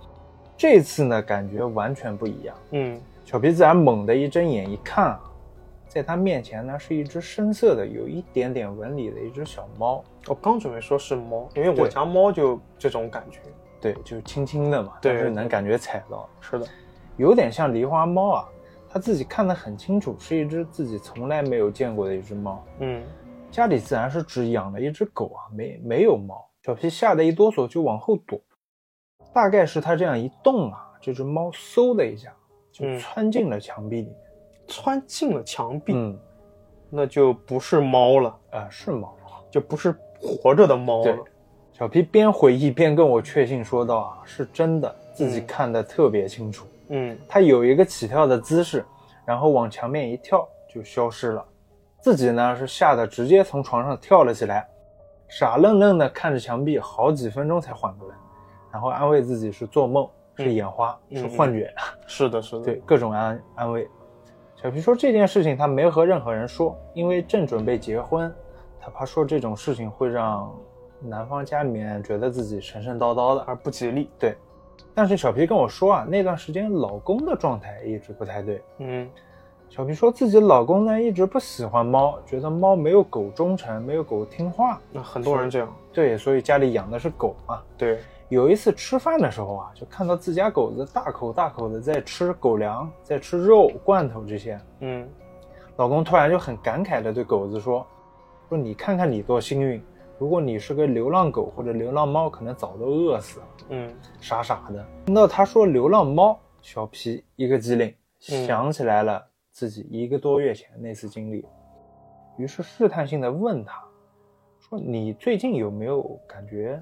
这次呢感觉完全不一样。嗯小皮自然猛地一睁眼一看啊，在他面前呢是一只深色的、有一点点纹理的一只小猫。我刚准备说是猫，因为我对家猫就这种感觉。对，就是轻轻的嘛，对但是能感觉踩到。是的，有点像狸花猫啊，他自己看得很清楚，是一只自己从来没有见过的一只猫。嗯家里自然是只养了一只狗啊，没没有猫。小皮吓得一哆嗦就往后躲，大概是他这样一动啊，这只猫嗖的一下就嗯窜进了墙壁里面。穿进了墙壁，嗯，那就不是猫了，啊、是猫。就不是活着的猫对了。，小皮边回忆边跟我确信说道啊，是真的，自己嗯看得特别清楚。嗯他有一个起跳的姿势，然后往墙面一跳就消失了。自己呢是吓得直接从床上跳了起来，傻愣愣的看着墙壁，好几分钟才缓过来，然后安慰自己是做梦，是眼花，嗯是幻觉，是的，是的，对，各种安安慰。小皮说这件事情他没和任何人说，因为正准备结婚，他怕说这种事情会让男方家里面觉得自己神神叨叨的，而不吉利。对，但是小皮跟我说啊，那段时间老公的状态一直不太对。嗯小皮说自己老公呢一直不喜欢猫，觉得猫没有狗忠诚，没有狗听话。那很多人这样，对，所以家里养的是狗嘛。对，有一次吃饭的时候啊，就看到自家狗子大口大口的在吃狗粮，在吃肉、罐头这些。嗯老公突然就很感慨的对狗子说：“说你看看你多幸运，如果你是个流浪狗或者流浪猫，可能早都饿死了。”嗯傻傻的。听到他说流浪猫，小皮一个机灵，嗯想起来了自己一个多月前那次经历，于是试探性的问他，说你最近有没有感觉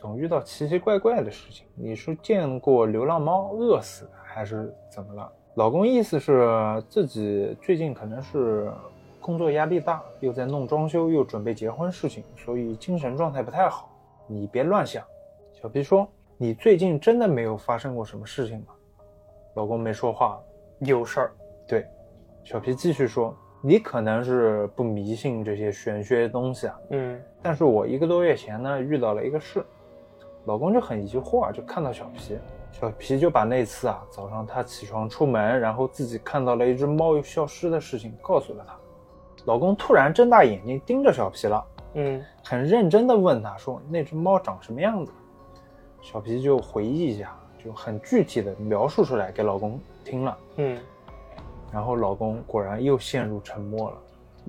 总遇到奇奇怪怪的事情？你是见过流浪猫饿死的，还是怎么了？老公意思是自己最近可能是工作压力大，又在弄装修，又准备结婚事情，所以精神状态不太好。你别乱想。小皮说：“你最近真的没有发生过什么事情吗？”老公没说话。有事儿。对，小皮继续说：“你可能是不迷信这些玄学东西啊，嗯但是我一个多月前呢遇到了一个事，老公就很疑惑，啊就看到小皮，小皮就把那次啊早上他起床出门，然后自己看到了一只猫又消失的事情告诉了他。老公突然睁大眼睛盯着小皮了，嗯很认真的问他说：“那只猫长什么样子？”小皮就回忆一下，就很具体的描述出来给老公听了，嗯，然后老公果然又陷入沉默了。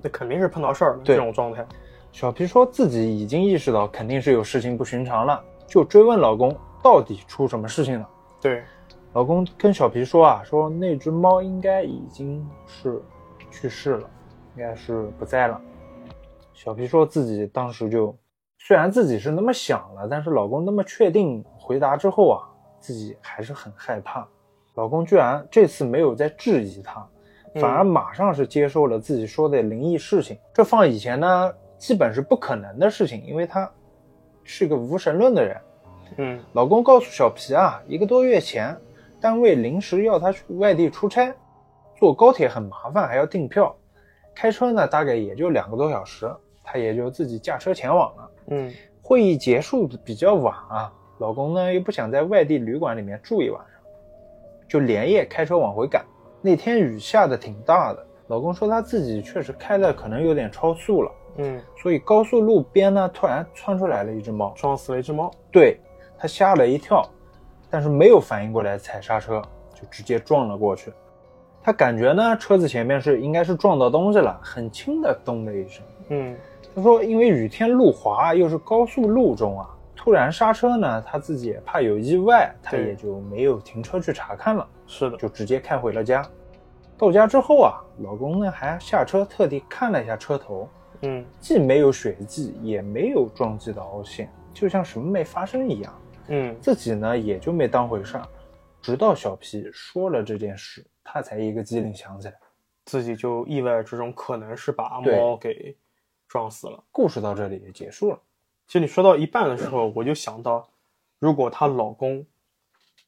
那肯定是碰到事儿了，对这种状态。小皮说自己已经意识到肯定是有事情不寻常了，就追问老公到底出什么事情了。对，老公跟小皮说啊，说那只猫应该已经是去世了，应该是不在了。小皮说自己当时就，虽然自己是那么想了，但是老公那么确定回答之后啊，自己还是很害怕。老公居然这次没有再质疑他，嗯反而马上是接受了自己说的灵异事情。这放以前呢，基本是不可能的事情，因为他是个无神论的人。嗯老公告诉小皮啊，一个多月前，单位临时要他去外地出差，坐高铁很麻烦，还要订票，开车呢大概也就两个多小时，他也就自己驾车前往了。嗯会议结束比较晚啊，老公呢又不想在外地旅馆里面住一晚上，就连夜开车往回赶。那天雨下的挺大的，老公说他自己确实开的可能有点超速了，嗯，所以高速路边呢突然窜出来了一只猫，撞死了一只猫。对，他他吓了一跳，但是没有反应过来踩刹车，就直接撞了过去。他感觉呢，车子前面是应该是撞到东西了，很轻的咚的一声。嗯他说，因为雨天路滑，又是高速路中啊，突然刹车呢，他自己也怕有意外，他对也就没有停车去查看了，是的，就直接开回了家。到家之后啊，老公呢还下车特地看了一下车头，嗯既没有血迹，也没有撞击到凹陷，就像什么没发生一样。嗯自己呢也就没当回事儿，直到小皮说了这件事，他才一个机灵想起来。自己就意外之中可能是把对猫给撞死了。故事到这里也结束了。其实你说到一半的时候，我就想到，如果她老公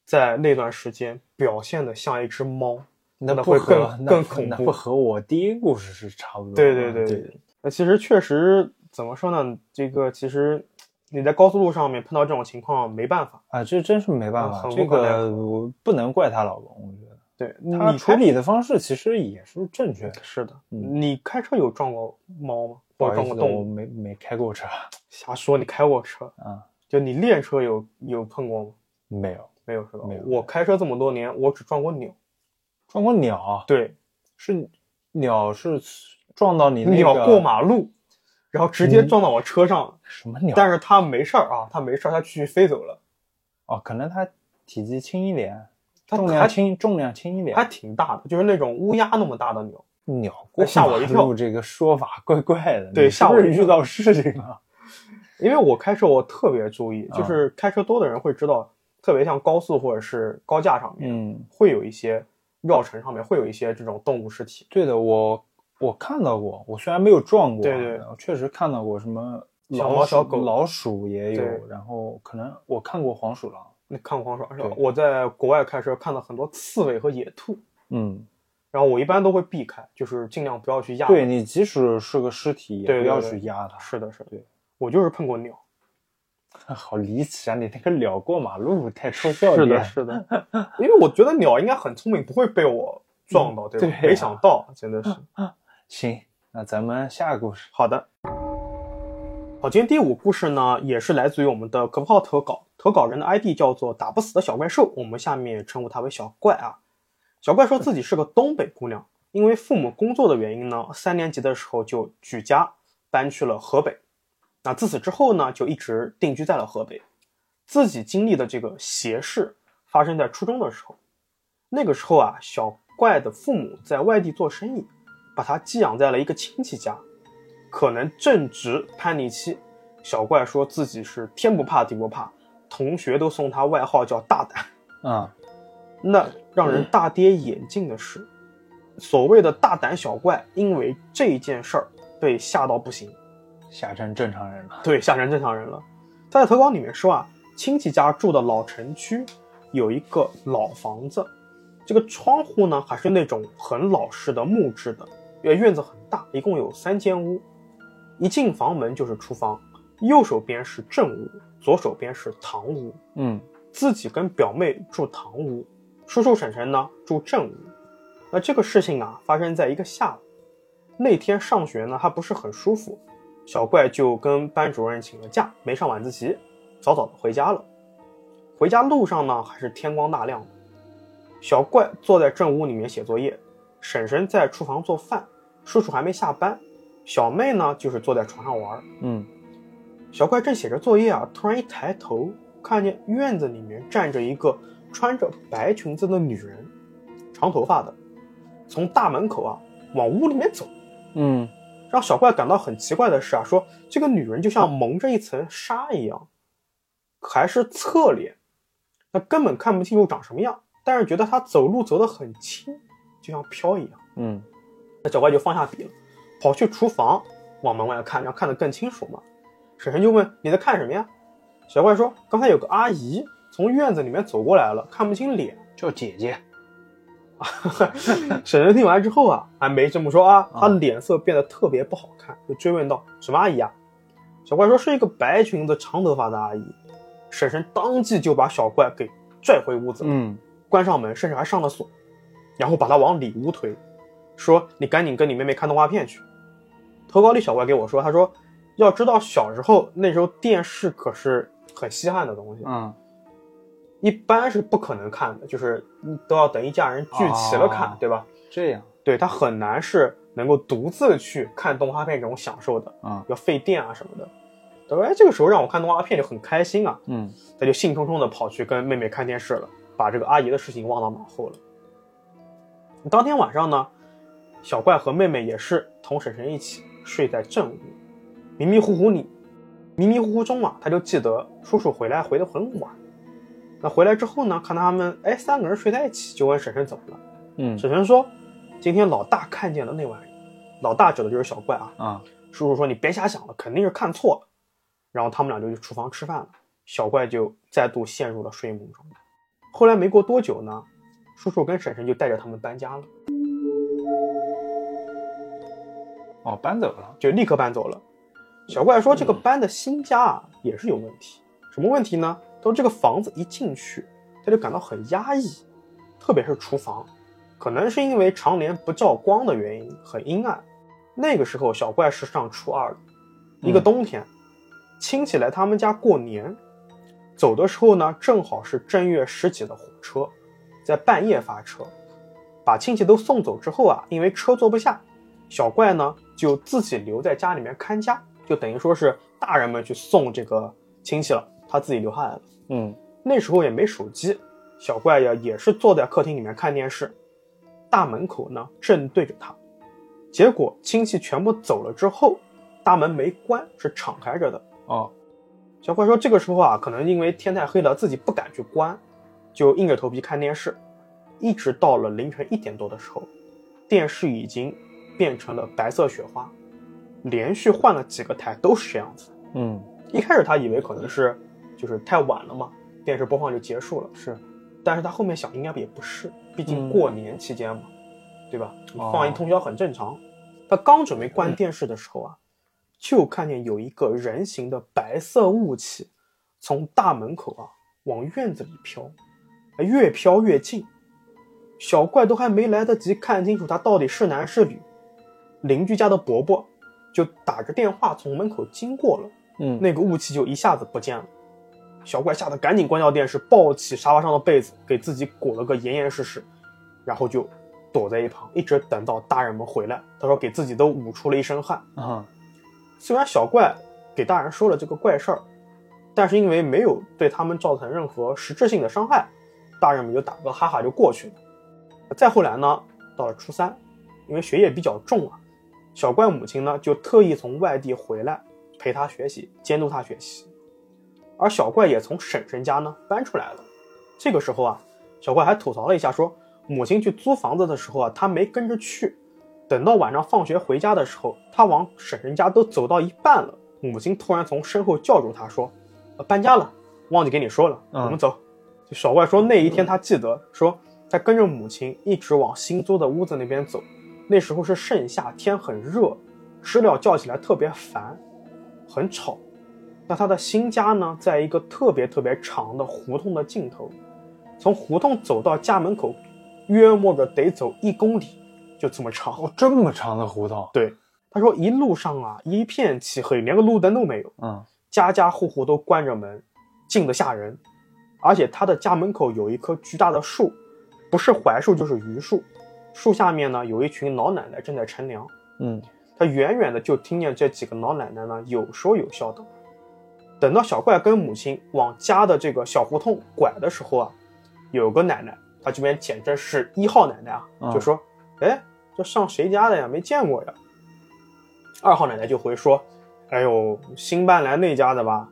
在那段时间表现的像一只猫，那不会和更那更不恐那怖不和我第一故事是差不多的。啊对对对对对，那其实确实怎么说呢？这个其实你在高速路上面碰到这种情况没办法。啊，这真是没办法，很无这可奈个我不能怪她老公，我觉得对，她你处开理的方式其实也是正确的。是的，嗯你开车有撞过猫吗？不或好者意撞思，过我动物？没没开过车瞎说，你开过车？啊，就你练车有有碰过吗？没有没有是吧？没有我开车这么多年，我只撞过鸟。撞过鸟，对，是鸟是撞到你那个鸟过马路，然后直接撞到我车上了。什么鸟？但是它没事儿啊，它没事儿，它继续飞走了。哦，可能它体积轻一点，它重还量轻，重量轻一点还。挺大的，就是那种乌鸦那么大的鸟。鸟过吓我一马跳路这个说法怪怪的，对你是吓不我是一跳遇到事情了？因为我开车我特别注意，啊就是开车多的人会知道，特别像高速或者是高架上面， 嗯，会有一些绕城上面会有一些这种动物尸体。对的，我我看到过，我虽然没有撞过，啊对对，我确实看到过什么小老猫鼠小狗老鼠也有，对然后可能我看过黄鼠狼，那看黄爽是吧对？我在国外开车看到很多刺猬和野兔，嗯，然后我一般都会避开，就是尽量不要去压它。对你即使是个尸体，也对对不要对去压它，是的，是的对。我就是碰过鸟， 好离奇啊！你那个鸟过马路太抽象是点的，是的，因为我觉得鸟应该很聪明，不会被我撞到，对吧？嗯对啊呀没想到，真的是。行，那咱们下个故事，好的。好，今天第五故事呢，也是来自于我们的可靠投稿，投稿人的 ID 叫做打不死的小怪兽，我们下面称呼他为小怪啊。小怪说自己是个东北姑娘，因为父母工作的原因呢，三年级的时候就举家搬去了河北。那自此之后呢，就一直定居在了河北。自己经历的这个邪事发生在初中的时候，那个时候啊，小怪的父母在外地做生意，把他寄养在了一个亲戚家。可能正值叛逆期，小怪说自己是天不怕地不怕，同学都送他外号叫大胆。啊，那让人大跌眼镜的是，所谓的大胆小怪，因为这件事儿被吓到不行，吓成正常人了，对，吓成正常人了。他在投稿里面说啊，亲戚家住的老城区有一个老房子，这个窗户呢还是那种很老式的木质的，呃院子很大，一共有三间屋。一进房门就是厨房，右手边是正屋，左手边是堂屋。嗯，自己跟表妹住堂屋，叔叔婶婶呢住正屋。那这个事情啊，发生在一个下午。那天上学呢，他不是很舒服，小怪就跟班主任请了假，没上晚自习，早早的回家了。回家路上呢，还是天光大亮的。小怪坐在正屋里面写作业，婶婶在厨房做饭，叔叔还没下班，小妹呢就是坐在床上玩儿。嗯，小怪正写着作业啊，突然一抬头，看见院子里面站着一个穿着白裙子的女人，长头发的，从大门口啊往屋里面走。嗯，让小怪感到很奇怪的是啊，说这个女人就像蒙着一层纱一样，还是侧脸，那根本看不清楚长什么样，但是觉得她走路走得很轻，就像飘一样。嗯，那小怪就放下笔了，跑去厨房往门外看，然后看得更清楚嘛。婶婶就问：“你在看什么呀？”小怪说：“刚才有个阿姨从院子里面走过来了，看不清脸。 叫姐姐，”婶婶听完之后啊，还没这么说啊，啊她脸色变得特别不好看，就追问道：“什么阿姨啊？”小怪说：“是一个白裙子、长头发的阿姨。”婶婶当即就把小怪给拽回屋子了。嗯，关上门，甚至还上了锁，然后把他往里屋推，说：“你赶紧跟你妹妹看动画片去。”投稿里小怪给我说，他说：“要知道小时候那时候电视可是很稀罕的东西，嗯，一般是不可能看的，就是都要等一家人聚齐了看，哦对吧？这样对，它很难是能够独自去看动画片这种享受的，啊，要费电啊什么的。他说：“哎，这个时候让我看动画片就很开心啊。嗯”他就兴冲冲的跑去跟妹妹看电视了，把这个阿姨的事情忘到脑后了。当天晚上呢，小怪和妹妹也是同婶婶一起睡在正屋，迷迷糊糊里，迷迷糊糊中啊，他就记得叔叔回来回的很晚。那回来之后呢，看到他们哎三个人睡在一起，就问婶婶怎么了。嗯婶婶说，今天老大看见了那玩意儿，老大指的就是小怪啊。啊，叔叔说：“你别瞎想了，肯定是看错了。”然后他们俩就去厨房吃饭了。小怪就再度陷入了睡梦中。后来没过多久呢，叔叔跟婶婶就带着他们搬家了，哦，搬走了，就立刻搬走了。小怪说：“这个搬的新家啊，也是有问题。什么问题呢？他说这个房子一进去，他就感到很压抑，特别是厨房，可能是因为常年不照光的原因，很阴暗。那个时候，小怪是上初二了。”一个嗯冬天，亲戚来他们家过年，走的时候呢，正好是正月十几的火车，在半夜发车，把亲戚都送走之后啊，因为车坐不下，小怪呢就自己留在家里面看家，就等于说是大人们去送这个亲戚了，他自己留下来了。嗯那时候也没手机，小怪呀也是坐在客厅里面看电视，大门口呢正对着他。结果亲戚全部走了之后，大门没关，是敞开着的。哦，小怪说这个时候啊，可能因为天太黑了，自己不敢去关，就硬着头皮看电视，一直到了凌晨一点多的时候，电视已经变成了白色雪花，连续换了几个台都是这样子。嗯一开始他以为可能是就是太晚了嘛，电视播放就结束了。是，但是他后面想应该也不是，毕竟嗯过年期间嘛，对吧？你哦放一通宵很正常。他刚准备关电视的时候啊，就看见有一个人形的白色雾气从大门口啊往院子里飘，哎越飘越近。小怪都还没来得及看清楚他到底是男是女，邻居家的伯伯就打着电话从门口经过了。嗯那个雾气就一下子不见了。小怪吓得赶紧关掉电视，抱起沙发上的被子，给自己裹了个严严实实，然后就躲在一旁，一直等到大人们回来。他说给自己都捂出了一身汗。啊，虽然小怪给大人说了这个怪事儿，但是因为没有对他们造成任何实质性的伤害，大人们就打个哈哈就过去了。再后来呢，到了初三，因为学业比较重啊，小怪母亲呢就特意从外地回来陪他学习，监督他学习。而小怪也从婶婶家呢搬出来了。这个时候啊，小怪还吐槽了一下说，母亲去租房子的时候啊，他没跟着去，等到晚上放学回家的时候，他往婶婶家都走到一半了，母亲突然从身后叫住他说：“呃搬家了，忘记给你说了，嗯我们走。就小怪说那一天他记得，说他跟着母亲一直往新租的屋子那边走，那时候是盛夏，天很热，知了叫起来特别烦，很吵。那他的新家呢，在一个特别特别长的胡同的尽头，从胡同走到家门口，约摸着得走一公里，就这么长。哦，这么长的胡同，对，他说一路上啊一片漆黑，连个路灯都没有，嗯家家户户都关着门，静得吓人。而且他的家门口有一棵巨大的树，不是槐树就是榆树，树下面呢有一群老奶奶正在乘凉。嗯他远远的就听见这几个老奶奶呢有说有笑的。等到小怪跟母亲往家的这个小胡同拐的时候啊，有个奶奶，她这边简称是一号奶奶啊，嗯就说：“哎，这上谁家的呀？没见过呀。”二号奶奶就回说：“哎呦，新搬来那家的吧。”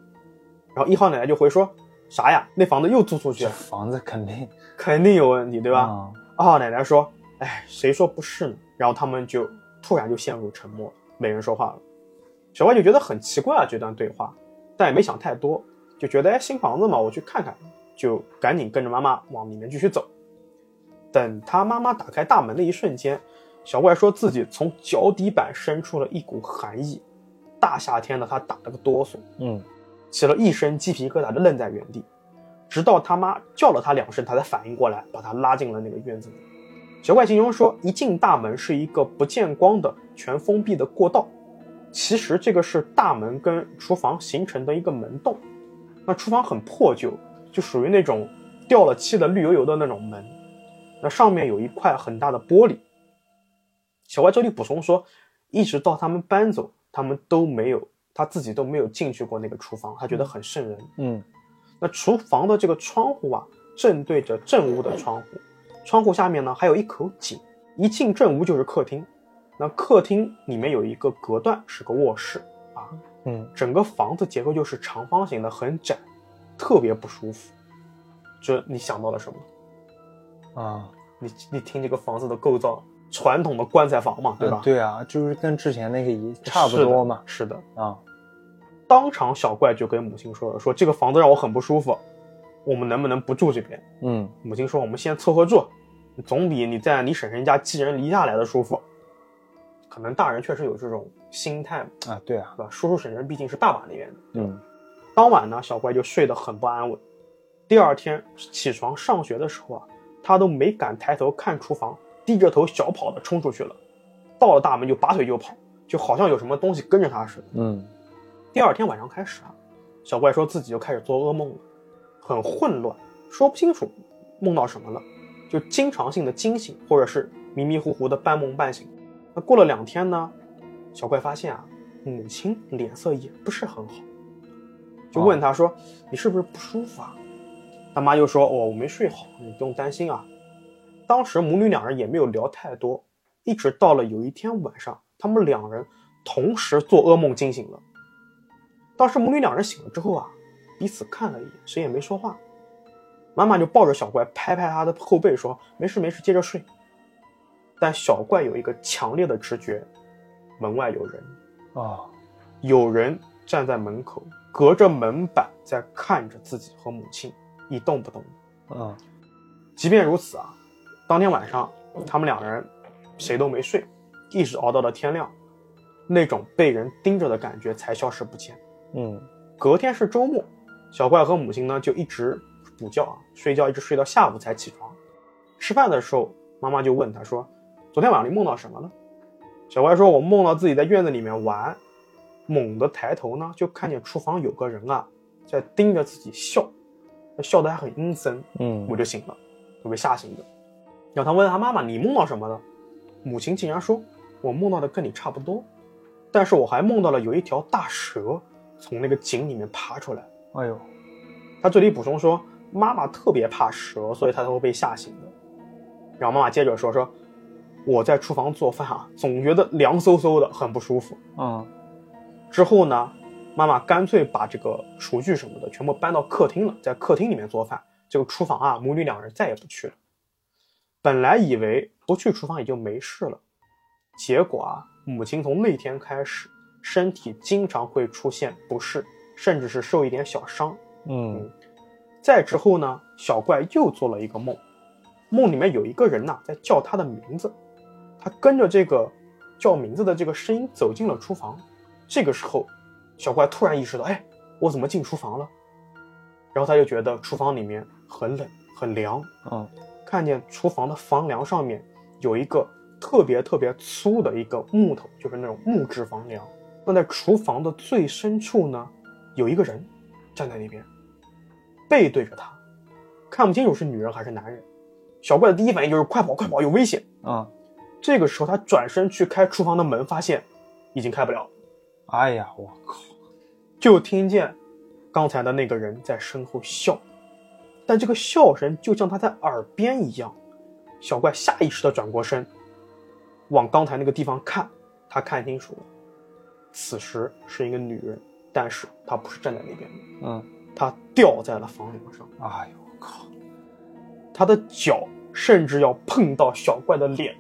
然后一号奶奶就回说：“啥呀？那房子又租出去这了， 房子肯定肯定有问题，对对吧？”二号奶奶说：“哎，谁说不是呢？”然后他们就突然就陷入沉默，没人说话了。小怪就觉得很奇怪啊，这段对话，但也没想太多，就觉得哎，新房子嘛，我去看看，就赶紧跟着妈妈往里面继续走。等他妈妈打开大门的一瞬间，小怪说自己从脚底板生出了一股寒意，大夏天的他打了个哆嗦，嗯起了一身鸡皮疙瘩，就愣在原地，直到他妈叫了他两声，他才反应过来，把他拉进了那个院子里。小怪形容说，一进大门是一个不见光的全封闭的过道，其实这个是大门跟厨房形成的一个门洞。那厨房很破旧，就属于那种掉了漆的绿油油的那种门，那上面有一块很大的玻璃。小怪这里补充说，一直到他们搬走，他们都没有他自己都没有进去过那个厨房，他觉得很瘆人。嗯那厨房的这个窗户啊，正对着正屋的窗户，窗户下面呢还有一口井，一进正屋就是客厅。那客厅里面有一个隔断是个卧室啊，嗯整个房子结构就是长方形的，很窄，特别不舒服。这你想到了什么？啊，你你听这个房子的构造，传统的棺材房嘛，对吧？呃对啊，就是跟之前那个一是的，差不多嘛。是的，啊，当场小怪就跟母亲说了，说这个房子让我很不舒服，我们能不能不住这边？嗯母亲说：“我们先凑合住，总比你在你婶婶家寄人篱下来的舒服。”可能大人确实有这种心态嘛，啊，对啊，对吧？叔叔婶婶毕竟是爸爸那边的。嗯当晚呢，小怪就睡得很不安稳。第二天起床上学的时候啊，他都没敢抬头看厨房，低着头小跑的冲出去了。到了大门就拔腿就跑，就好像有什么东西跟着他似的。嗯第二天晚上开始啊，小怪说自己就开始做噩梦了，很混乱，说不清楚梦到什么了，就经常性的惊醒，或者是迷迷糊糊的半梦半醒。那过了两天呢，小怪发现啊，母亲脸色也不是很好，就问他说：“你是不是不舒服啊？”他妈就说：“哦，我没睡好，你不用担心啊。”当时母女两人也没有聊太多，一直到了有一天晚上，他们两人同时做噩梦惊醒了。当时母女两人醒了之后啊，彼此看了一眼，谁也没说话。妈妈就抱着小怪拍拍他的后背说：“没事没事，接着睡。”但小怪有一个强烈的直觉，门外有人，啊有人站在门口，隔着门板在看着自己和母亲，一动不动。啊即便如此啊，当天晚上他们两个人谁都没睡，一直熬到了天亮，那种被人盯着的感觉才消失不见。嗯隔天是周末，小怪和母亲呢就一直补觉啊，睡觉一直睡到下午才起床。吃饭的时候，妈妈就问他说：“昨天晚上你梦到什么了？”小怪说：“我梦到自己在院子里面玩，猛地抬头呢，就看见厨房有个人啊，在盯着自己笑，笑得还很阴森。”我嗯就醒了，我被吓醒的。然后他问他妈妈：“你梦到什么了？”母亲竟然说：“我梦到的跟你差不多，但是我还梦到了有一条大蛇从那个井里面爬出来。哎呦，”他这里补充说：“妈妈特别怕蛇，所以她才会被吓醒的。”然后妈妈接着说：“说我在厨房做饭啊，总觉得凉飕飕的，很不舒服。啊之后呢，妈妈干脆把这个厨具什么的全部搬到客厅了，在客厅里面做饭。这个厨房啊，母女两人再也不去了。本来以为不去厨房也就没事了，结果啊，母亲从那天开始，身体经常会出现不适，甚至是受一点小伤。嗯再之后呢，小怪又做了一个梦，梦里面有一个人呐、在叫他的名字，他跟着这个叫名字的这个声音走进了厨房。这个时候，小怪突然意识到，哎，我怎么进厨房了？然后他就觉得厨房里面很冷很凉，啊看见厨房的房梁上面有一个特别特别粗的一个木头，就是那种木质房梁。那在厨房的最深处呢，有一个人站在那边，背对着他，看不清楚是女人还是男人。小怪的第一反应就是快跑快跑，有危险！啊！这个时候他转身去开厨房的门，发现已经开不了，哎呀，我靠！就听见刚才的那个人在身后笑，但这个笑声就像他在耳边一样。小怪下意识的转过身，往刚才那个地方看，他看清楚了，此时是一个女人，但是她不是站在那边的，嗯，她吊在了房梁上，哎呦，我靠！她的脚甚至要碰到小怪的脸。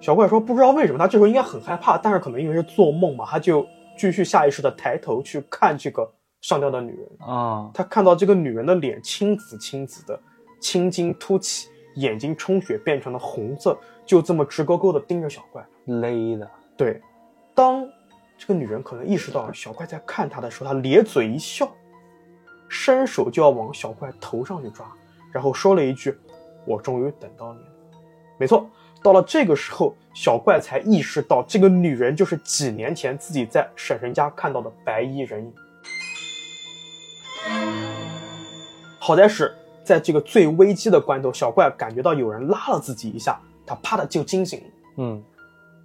小怪说：“不知道为什么，他这时候应该很害怕，但是可能因为是做梦嘛，他就继续下意识的抬头去看这个上吊的女人。啊他看到这个女人的脸青紫青紫的，青筋凸起，眼睛充血变成了红色，就这么直勾勾的盯着小怪。勒的，对，当这个女人可能意识到小怪在看她的时候，她咧嘴一笑，伸手就要往小怪头上去抓，然后说了一句：“我终于等到你了。”没错，到了这个时候，小怪才意识到这个女人就是几年前自己在婶婶家看到的白衣人影。好在是在这个最危机的关头，小怪感觉到有人拉了自己一下，他啪的就惊醒了。嗯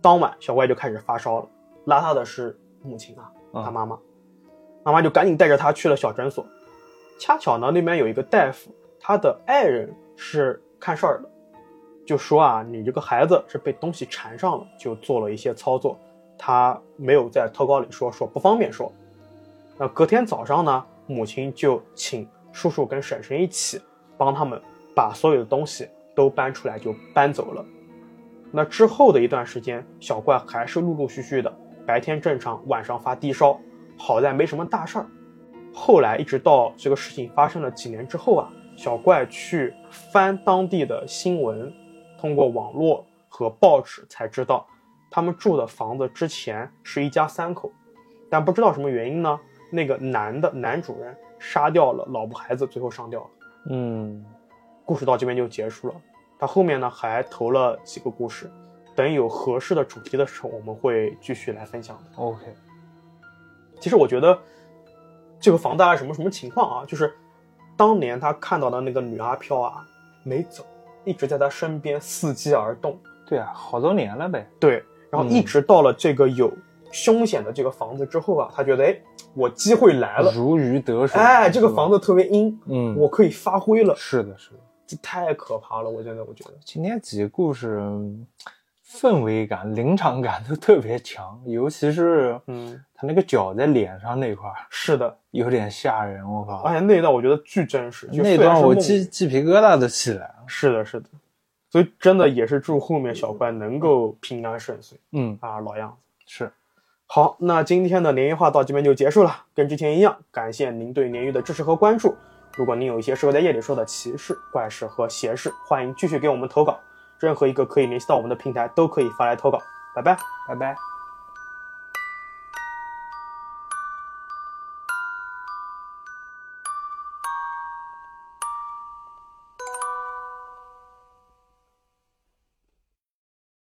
当晚，小怪就开始发烧了，拉他的是母亲啊，啊他妈妈。妈妈就赶紧带着他去了小诊所。恰巧呢，那边有一个大夫，他的爱人是看事儿的，就说啊，你这个孩子是被东西缠上了，就做了一些操作。他没有在特稿里说，说不方便说。那隔天早上呢，母亲就请叔叔跟婶婶一起帮他们把所有的东西都搬出来，就搬走了。那之后的一段时间，小怪还是陆陆续续的，白天正常，晚上发低烧，好在没什么大事儿。后来一直到这个事情发生了几年之后啊，小怪去翻当地的新闻，通过网络和报纸才知道，他们住的房子之前是一家三口，但不知道什么原因呢，那个男的男主人杀掉了老婆孩子，最后上吊了。嗯故事到这边就结束了。他后面呢还投了几个故事，等有合适的主题的时候，我们会继续来分享的。 ，OK，其实我觉得这个房大概什么什么情况啊？就是当年他看到的那个女阿飘啊，没走，一直在他身边伺机而动。对啊，好多年了呗，对，然后嗯一直到了这个有凶险的这个房子之后啊，他觉得哎，我机会来了，如鱼得水。哎，这个是吧房，子特别阴，嗯，我可以发挥了，是的，是的。这太可怕了，我真的我觉得。今天几个故事嗯氛围感、临场感都特别强， 尤其是嗯，他那个脚在脸上那块儿，是的，有点吓人，我靠！而且那一段我觉得巨真实，哎就那虽然段是我梦鸡鸡皮疙瘩都起来了。是的，是的，所以真的也是祝后面小怪能够平安顺遂嗯，啊，老样子。是，好，那今天的鲶鱼话到这边就结束了。跟之前一样，感谢您对鲶鱼的支持和关注。如果您有一些适合在夜里说的奇事、怪事和邪事，欢迎继续给我们投稿。任何一个可以联系到我们的平台都可以发来投稿。拜拜。拜拜。